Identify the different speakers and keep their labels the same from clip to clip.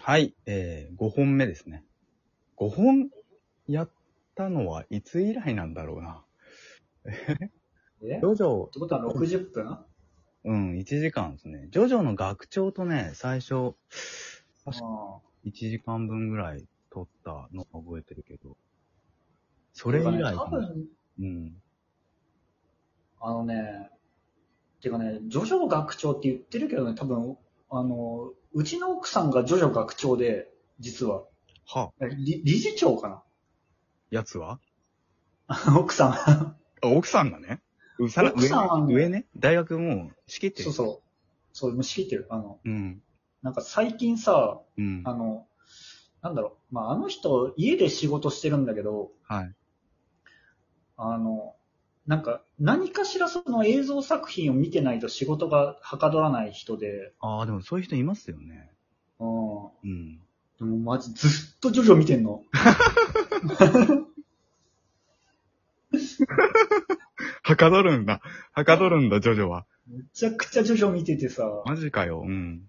Speaker 1: はい、えー、5本目ですね。5本やったのはいつ以来なんだろうな。
Speaker 2: えっ
Speaker 1: ジョジョ、
Speaker 2: てことは60分あ
Speaker 1: うん、1時間ですね。ジョジョの学長とね、最初、確
Speaker 2: あ
Speaker 1: 1時間分ぐらい撮ったのを覚えてるけど。それ以来
Speaker 2: 多
Speaker 1: かな。
Speaker 2: 分、
Speaker 1: うん。
Speaker 2: あのね、てかね、ジョジョ学長って言ってるけどね、多分、あの、うちの奥さんがジョジョ学長で、実は。
Speaker 1: は、
Speaker 2: え理理事長か
Speaker 1: やつは
Speaker 2: な奥さん。
Speaker 1: あ奥さんがね。うさら
Speaker 2: 奥さんは
Speaker 1: 上ね
Speaker 2: ね
Speaker 1: 上ね。大学もう仕切ってる。
Speaker 2: そうそう。そう、もう仕切ってる。あの、
Speaker 1: うん。
Speaker 2: なんか最近さ、
Speaker 1: うん。
Speaker 2: あの、なんだろう、まあ、あの人、家で仕事してるんだけど、
Speaker 1: はい。
Speaker 2: あの、なんか、何かしらその映像作品を見てないと仕事がはかどらない人で、
Speaker 1: ああ、でもそういう人いますよね。
Speaker 2: うん。
Speaker 1: うん。
Speaker 2: でもマジずっとジョジョ見てんの。
Speaker 1: はかどるんだ。はかどるんだ、ジョジョは。
Speaker 2: めちゃくちゃジョジョ見ててさ、
Speaker 1: マジかよ。うん。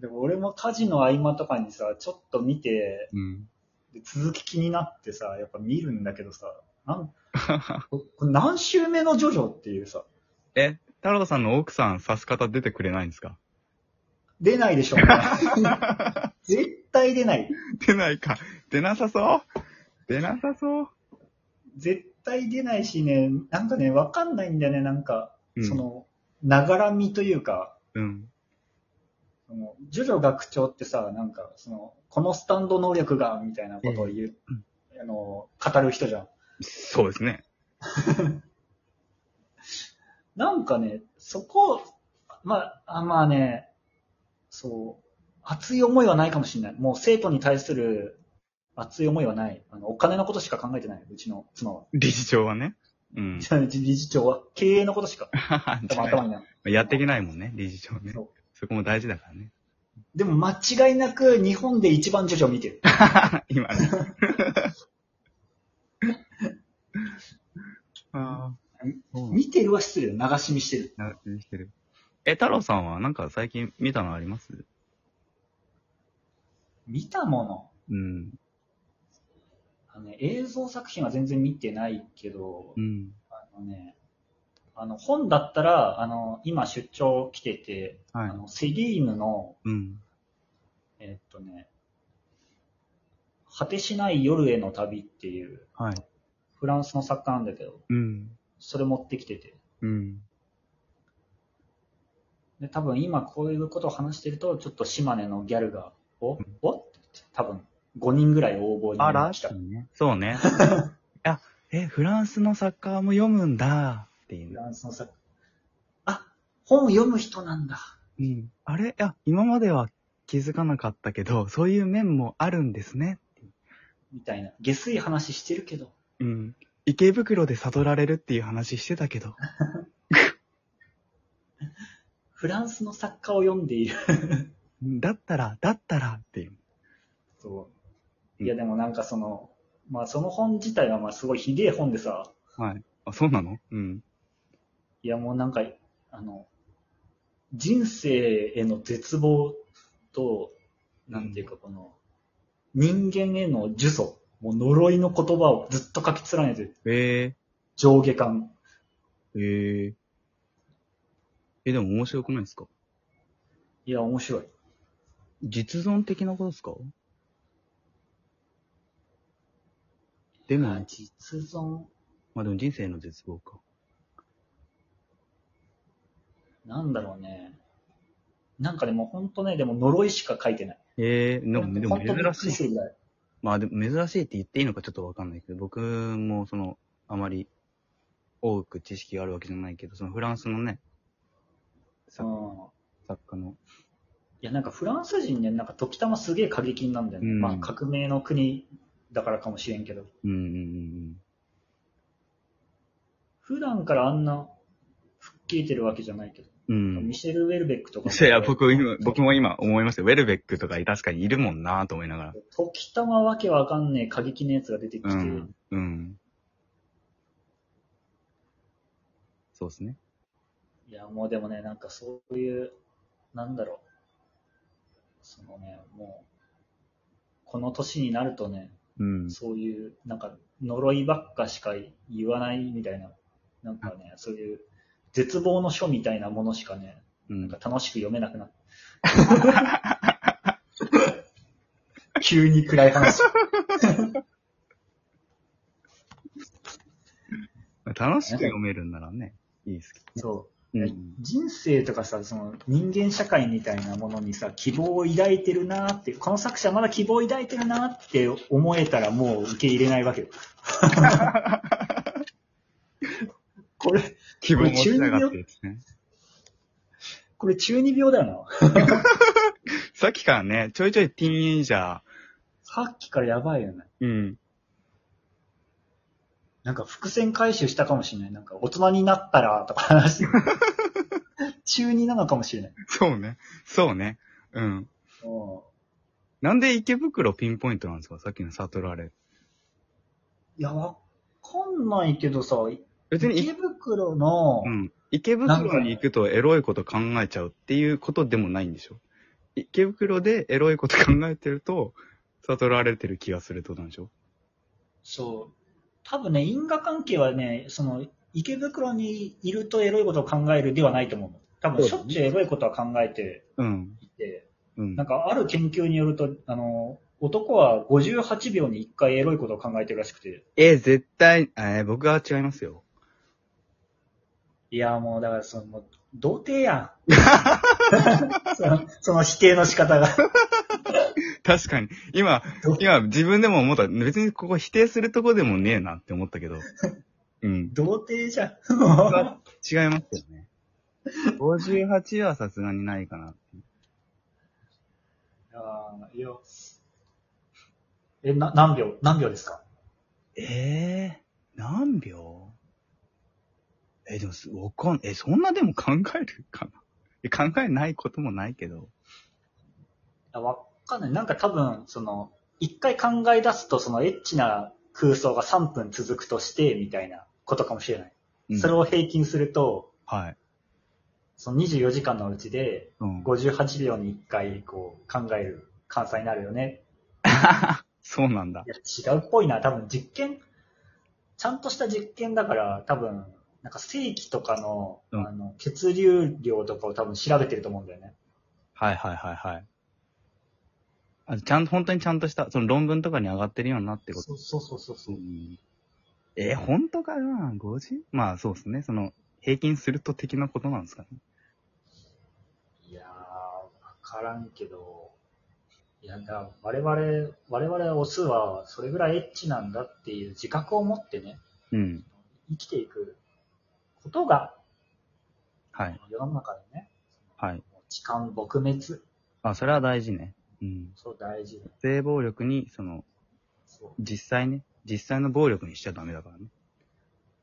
Speaker 2: でも俺も家事の合間とかにさ、ちょっと見て、
Speaker 1: うん。
Speaker 2: で続き気になってさ、やっぱ見るんだけどさ、 なん、ここれ何週目のジョジョっていうさ、
Speaker 1: え、太郎さんの奥さん、さす方出てくれないんですか
Speaker 2: 出ないでしょ、お前絶対出ない。
Speaker 1: 出ないか。出なさそう。出なさそう。
Speaker 2: 絶対出ないしね、なんかね、わかんないんだよね、なんか、
Speaker 1: うん、
Speaker 2: そ、の、ながらみというか、
Speaker 1: うん。
Speaker 2: そのジョジョ学長ってさ、なんか、その、このスタンド能力が、みたいなことを言う、あの、語る人じゃん。
Speaker 1: そうですね。
Speaker 2: なんかね、そこ、まあ、あまあね、そう、熱い思いはないかもしれない。もう生徒に対する熱い思いはない。あの、お金のことしか考えてない、うちの妻は。
Speaker 1: 理事長はね。 うん。
Speaker 2: じゃあ うち理事長は経営のことしか、頭頭にない。
Speaker 1: やっていけないもんね、理事長ね。
Speaker 2: そう
Speaker 1: そこも大事だからね。
Speaker 2: でも間違いなく日本で一番ジョジョ見てる。
Speaker 1: 今ね。 ああ。そう
Speaker 2: 見てるは失礼。流し見してる。
Speaker 1: な気にしてる。え、太郎さんはなんか最近見たのあります
Speaker 2: 見たもの。
Speaker 1: うん。
Speaker 2: あのね、映像作品は全然見てないけど、
Speaker 1: うん。
Speaker 2: あのね、あの本だったら、あの、今出張来てて、
Speaker 1: は
Speaker 2: あ。のセリーヌの、
Speaker 1: うん。
Speaker 2: えっとね、果てしない夜への旅っていう、
Speaker 1: はい。
Speaker 2: フランスの作家なんだけど、
Speaker 1: うん。
Speaker 2: それ持ってきてて。
Speaker 1: うん。
Speaker 2: で、多分今こういうことを話してると、ちょっと島根のギャルが、お
Speaker 1: ん
Speaker 2: おって多分5人ぐらい応募になりました。
Speaker 1: いね。そう ね。あ、え、フランスの作家も読むんだってい
Speaker 2: フ
Speaker 1: う。
Speaker 2: ランスの作家。あ、本読む人なんだ。
Speaker 1: うん。あれいや、今までは気づかなかったけど、そういう面もあるんですね。
Speaker 2: みたいな。下水話してるけど。
Speaker 1: うん。池袋で悟られるっていう話してたけど。
Speaker 2: フランスの作家を読んでいる。
Speaker 1: だったら、だったらっていう。
Speaker 2: そう。いや、でもなんかその、まあその本自体はまあすごいひでえ本でさ、
Speaker 1: はい。あ、そうなのうん。
Speaker 2: いやもうなんか、あの、人生への絶望と、なんていうかこの、人間への呪詛、もう呪いの言葉をずっと書き連ねてる、
Speaker 1: え
Speaker 2: 上下感。
Speaker 1: ええええ、でも面白くないですか
Speaker 2: いや、面白い。
Speaker 1: 実存的なことですかでも、
Speaker 2: あ実存、
Speaker 1: まあでも人生の絶望か。
Speaker 2: なんだろうね。なんかでも本当ね、でも呪いしか書いてない。
Speaker 1: ええでも、でも
Speaker 2: 本当にびっくり
Speaker 1: 珍
Speaker 2: す
Speaker 1: しい。
Speaker 2: るぐらい。
Speaker 1: まあでも珍しいって言っていいのかちょっとわかんないけど、僕もその、あまり多く知識があるわけじゃないけど、そのフランスのね、
Speaker 2: う
Speaker 1: 作
Speaker 2: ん。
Speaker 1: 作家の。
Speaker 2: いや、なんかフランス人ね、なんか時たますげえ過激になんだよね。
Speaker 1: うん
Speaker 2: まあ革命の国だからかもしれんけど。
Speaker 1: うんうんうん
Speaker 2: 普段からあんな、吹っ切れてるわけじゃないけど。
Speaker 1: うん。うん
Speaker 2: ミ。シェル・ウェルベックとか。
Speaker 1: いや、僕今、僕も今思いましたよ。ウェルベックとか確かにいるもんなと思いながら。
Speaker 2: 時たまわけわかんねえ過激なやつが出てきて、
Speaker 1: うん。うん。そうですね。
Speaker 2: いや、もうでもね、なんかそういう、なんだろう。そのね、もう、この年になるとね、
Speaker 1: うん。
Speaker 2: そういう、なんか、呪いばっかしか言わないみたいな、なんかね、そういう、絶望の書みたいなものしかね、
Speaker 1: うん
Speaker 2: なんか楽しく読め なくなった。 急に暗い話。
Speaker 1: 楽しく読めるんならね、いいですけ
Speaker 2: そう。
Speaker 1: ど。
Speaker 2: う
Speaker 1: うん
Speaker 2: 人生とかさ、その人間社会みたいなものにさ、希望を抱いてるなーって、この作者まだ希望を抱いてるなーって思えたらもう受け入れないわけよ。 これ、
Speaker 1: 気分持ちながってですね。
Speaker 2: これ中二病だよな。
Speaker 1: さっきからね、ちょいちょいティーンエイジャー、
Speaker 2: さっきからやばいよね。
Speaker 1: うん。
Speaker 2: なんか伏線回収したかもしれない。なんか大人になったらとか話 して中二なのかもしれない。
Speaker 1: そうね。そうね。うん。
Speaker 2: うん
Speaker 1: なんで池袋ピンポイントなんですかさっきの悟られ。
Speaker 2: いや、わかんないけどさ、
Speaker 1: 別にい、
Speaker 2: 池袋の、
Speaker 1: うん。池袋に行くとエロいこと考えちゃうっていうことでもないんでしょ池袋でエロいこと考えてると、悟られてる気がするってことなんでしょ
Speaker 2: そう、多分ね、因果関係はね、その、池袋にいるとエロいことを考えるではないと思うの。多分、しょっちゅうエロいことは考えて
Speaker 1: うん。
Speaker 2: いて、
Speaker 1: うん
Speaker 2: なん。かある研究によると、あの、男は58秒に1回エロいことを考えてるらしくて、
Speaker 1: え、絶対、えー僕は違いますよ。
Speaker 2: いや、もう、だから、その、もう童貞やん。その、その否定の仕方が。
Speaker 1: 確かに。今
Speaker 2: ど、
Speaker 1: 今自分でも思った。別にここ否定するとこでもねえなって思ったけど。うん。
Speaker 2: 童貞じゃ
Speaker 1: 違い
Speaker 2: ん。
Speaker 1: ますよね。58はさすがにないかな。
Speaker 2: あーいや。え、な、何秒何秒ですか
Speaker 1: ええ何秒えでもす、わかん、え、そんなでも考えるかなえ、考えないこともないけど。
Speaker 2: あわかんない。なんか多分、その、一回考え出すと、そのエッチな空想が3分続くとして、みたいなことかもしれない。
Speaker 1: うん、
Speaker 2: それを平均すると、
Speaker 1: はい。
Speaker 2: その24時間のうちで、
Speaker 1: うん。
Speaker 2: 58秒に1回、こう、考える換算になるよね。
Speaker 1: そうなんだ。
Speaker 2: いや、違うっぽいな。多分実験、ちゃんとした実験だから、多分、なんか正規とかの、
Speaker 1: うん
Speaker 2: あの、血流量とかを多分調べてると思うんだよね。
Speaker 1: はいはいはいはい。あちゃん、本当にちゃんとした、その論文とかに上がってるようになってこと。
Speaker 2: そうそうそうそうそう。
Speaker 1: んえー本当かな ?50? まあそうですね。その、平均すると的なことなんですかね。
Speaker 2: いやー、わからんけど、いや、だ我々、我々オスは、それぐらいエッチなんだっていう自覚を持ってね、
Speaker 1: うん。
Speaker 2: 生きていくことが、
Speaker 1: はい。
Speaker 2: 世の中でね、
Speaker 1: はい。
Speaker 2: もう痴漢撲滅、
Speaker 1: あ、それは大事ね。うん。
Speaker 2: そう大事だ。
Speaker 1: 性暴力に、その、
Speaker 2: そう、
Speaker 1: 実際ね、実際の暴力にしちゃダメだからね。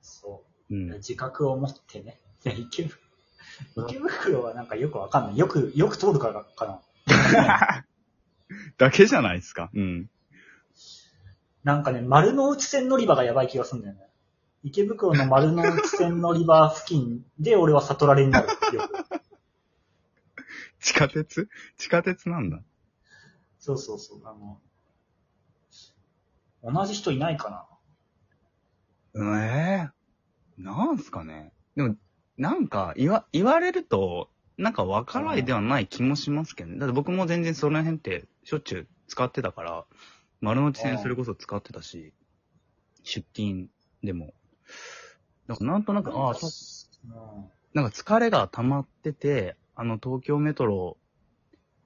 Speaker 2: そうう、
Speaker 1: ん。
Speaker 2: 自覚を持ってね、いや池袋池袋はなんかよくわかんない。よく、よく通るからかな。
Speaker 1: だけじゃないですか。うん。
Speaker 2: なんかね、丸の内線乗り場がやばい気がするんだよね。池袋の丸の内線乗り場付近で俺は悟られになる。よく
Speaker 1: 地下鉄地下鉄なんだ。
Speaker 2: そうそうそう。あの、同じ人いないかな。
Speaker 1: ええなんすかね。でも、なんか、言わ、言われると、なんか分からないではない気もしますけどね。だって僕も全然その辺ってしょっちゅう使ってたから、丸の内線それこそ使ってたし、出勤でも。だからなんとなく、ああ、そっ
Speaker 2: うん。
Speaker 1: なんか疲れが溜まってて、あの東京メトロ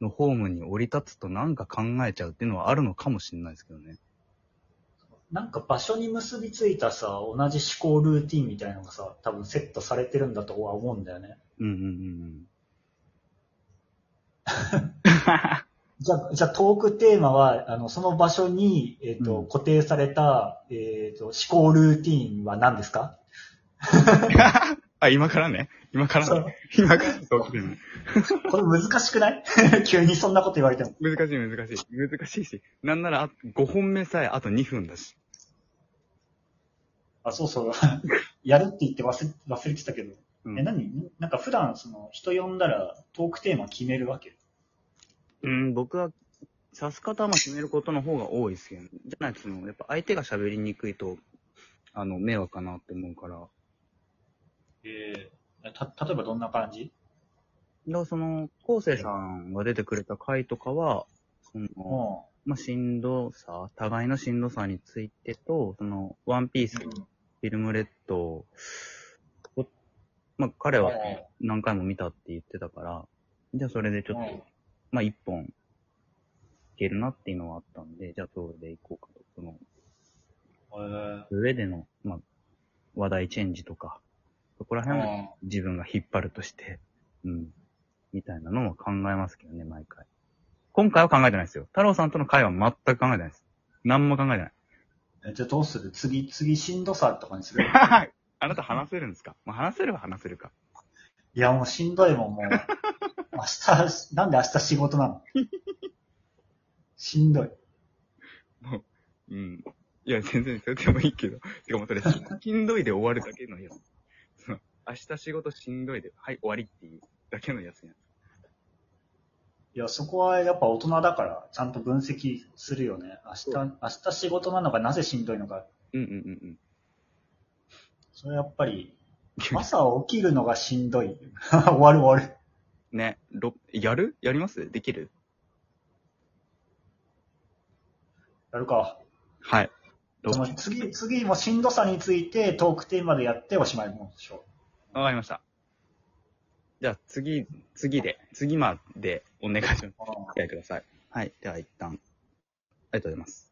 Speaker 1: のホームに降り立つとなんか考えちゃうっていうのはあるのかもしれないですけどね。
Speaker 2: なんか場所に結びついたさ、同じ思考ルーティンみたいなのがさ、多分セットされてるんだとは思うんだよね。
Speaker 1: うんうんうん
Speaker 2: じゃあ、じゃあトークテーマは、あの、その場所に、えっ、と、
Speaker 1: うん
Speaker 2: 固定された、えっ、と、思考ルーティンは何ですか
Speaker 1: うん。 あ、今からね今から
Speaker 2: そう
Speaker 1: ね今からそう来てる
Speaker 2: これ難しくない 急にそんなこと言われても。
Speaker 1: 難しい難しい。難しいし。なんならあ5本目さえあと2分だし。
Speaker 2: あ、そうそう。 やるって言って忘れ忘れてたけど。
Speaker 1: うん
Speaker 2: え、何なんか普段、その、人呼んだらトークテーマ決めるわけ
Speaker 1: うん、僕は指す方はまあ決めることの方が多いですけど、じゃないとその、やっぱ相手が喋りにくいと、あの、迷惑かなって思うから、だか
Speaker 2: えー、た、例えばどんな感じ
Speaker 1: らその、昴生さんが出てくれた回とかは、その、
Speaker 2: うん。
Speaker 1: まあ、しんどさ、互いのしんどさについてと、その、ワンピース、フィルムレッドを、こまあ、彼は
Speaker 2: はい
Speaker 1: 何回も見たって言ってたから、じゃあそれでちょっ
Speaker 2: はい
Speaker 1: と、まあ、一本、いけるなっていうのはあったんで、じゃあそれでいこうかと。その、
Speaker 2: え
Speaker 1: 上での、まあ、話題チェンジとか、そこら辺は
Speaker 2: ー、
Speaker 1: 自分が引っ張るとして、うん、みたいなのは考えますけどね、毎回。今回は考えてないですよ。太郎さんとの会は全く考えてないです。何も考えてない。
Speaker 2: うん。じゃあどうする次、次しんどさとかにする
Speaker 1: はい。あなた話せるんですか、まあ、話せれば話せるか。
Speaker 2: いや、もうしんどいもん、も う。明日、なんで明日仕事なのしんどい。
Speaker 1: うん。いや、全然それでもいいけど。てかもうそれ、ししんどいで終わるだけのやつ。その明日仕事しんどいで、はい、終わりっていうだけのやつやん。
Speaker 2: いや、そこはやっぱ大人だから、ちゃんと分析するよね。明日、明日仕事なのか、なぜしんどいのか。
Speaker 1: うんうんうん
Speaker 2: それやっぱり、
Speaker 1: う
Speaker 2: 朝起きるのがしんどい。 終わる終わる。
Speaker 1: ん。ね、ろやるやりますできる
Speaker 2: やるか。
Speaker 1: はい。ろ
Speaker 2: その次、次もしんどさについてトークテーマでやっておしまいもんでしょ
Speaker 1: わかりました。じゃあ次、次で、次までお願いします。
Speaker 2: う。うん
Speaker 1: やってください。はい。では一旦、ありがとうございます。